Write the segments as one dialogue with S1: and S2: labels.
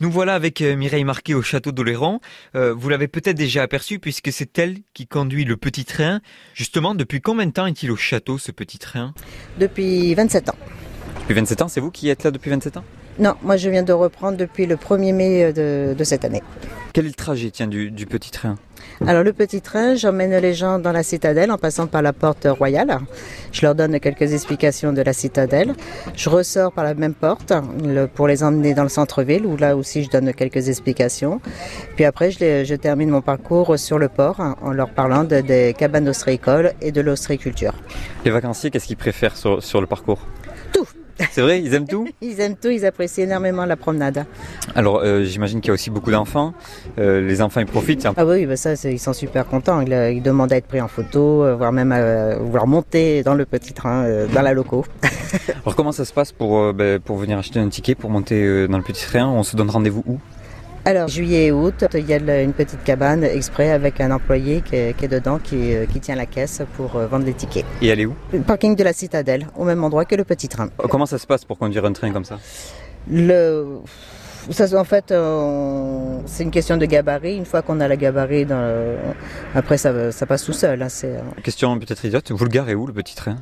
S1: Nous voilà avec euh, Mireille Marquet au château d'Oléron. Euh, vous l'avez peut-être déjà aperçu puisque c'est elle qui conduit le petit train. Justement, depuis combien de temps est-il au château ce petit train
S2: Depuis 27 ans.
S1: Depuis 27 ans, c'est vous qui êtes là depuis 27 ans
S2: Non, moi je viens de reprendre depuis le 1er mai euh, de, de cette année.
S1: Quel est le trajet tiens, du, du petit train
S2: Alors le petit train, j'emmène les gens dans la citadelle en passant par la porte royale. Je leur donne quelques explications de la citadelle. Je ressors par la même porte le- pour les emmener dans le centre-ville où là aussi je donne quelques explications. Puis après je, les- je termine mon parcours sur le port hein, en leur parlant de- des cabanes ostréicoles et de l'ostréiculture.
S1: Les vacanciers, qu'est-ce qu'ils préfèrent sur, sur le parcours
S2: Tout.
S1: C'est vrai, ils aiment tout
S2: Ils aiment tout, ils apprécient énormément la promenade.
S1: Alors euh, j'imagine qu'il y a aussi beaucoup d'enfants. Euh, les enfants, ils profitent.
S2: Ah oui, bah ça, c'est- ils sont super contents. Ils, euh, ils demandent à être pris en photo, euh, voire même à vouloir monter dans le petit train, euh, dans la loco.
S1: Alors comment ça se passe pour, euh, ben, pour venir acheter un ticket, pour monter euh, dans le petit train On se donne rendez-vous où
S2: Alors, juillet et août, il y a le- une petite cabane exprès avec un employé qui est, qui est dedans, qui, euh, qui tient la caisse pour euh, vendre les tickets.
S1: Et aller où Euh,
S2: Le parking de la Citadelle, au même endroit que le petit train.
S1: Comment ça se passe pour conduire un train comme ça
S2: Le... Ça, en fait, on- c'est une question de gabarit. Une fois qu'on a la gabarit, dans le- après, ça, ça passe tout seul. hein, c'est...
S1: Question peut-être idiote, vous le garez où le petit train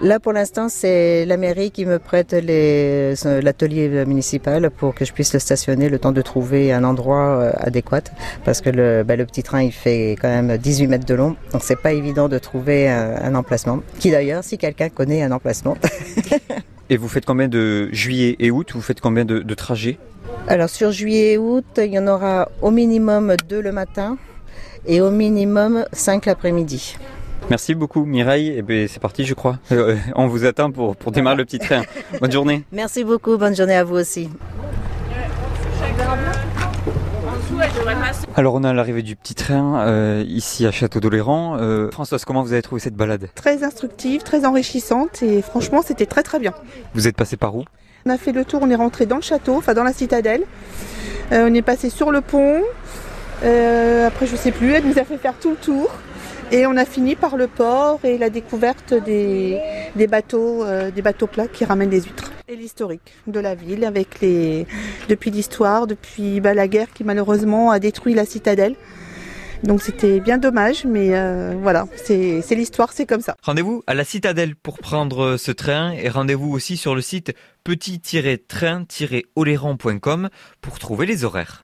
S2: Là, pour l'instant, c'est la mairie qui me prête les- euh, l'atelier municipal pour que je puisse le stationner le temps de trouver un endroit euh, adéquat. Parce que le, bah, le petit train, il fait quand même 18 mètres de long. Donc, c'est pas évident de trouver un, un emplacement. Qui d'ailleurs, si quelqu'un connaît un emplacement.
S1: Et vous faites combien de juillet et août Vous faites combien de, de trajets
S2: Alors, sur juillet et août, il y en aura au minimum deux le matin et au minimum cinq l'après-midi.
S1: Merci beaucoup Mireille, et ben c'est parti je crois. Euh, on vous attend pour, pour démarrer le petit train. Bonne journée.
S2: Merci beaucoup. Bonne journée à vous aussi.
S1: Alors on est à l'arrivée du petit train euh, ici à Château d'Oléron. Euh, Françoise, comment vous avez trouvé cette balade
S3: très instructive, très enrichissante et franchement c'était très très bien.
S1: Vous êtes passé par où
S3: On a fait le tour, on est rentré dans le château, enfin dans la citadelle. Euh, on est passé sur le pont. Euh, après je sais plus, elle nous a fait faire tout le tour. Et on a fini par le port et la découverte des, des bateaux, euh, des bateaux plats qui ramènent des huîtres. Et l'historique de la ville avec les, depuis l'histoire, depuis bah, la guerre qui malheureusement a détruit la citadelle. Donc c'était bien dommage, mais euh, voilà, c'est c'est l'histoire, c'est comme ça.
S1: Rendez-vous à la Citadelle pour prendre euh, ce train et rendez-vous aussi sur le site petit-train-oléron.com pour trouver les horaires.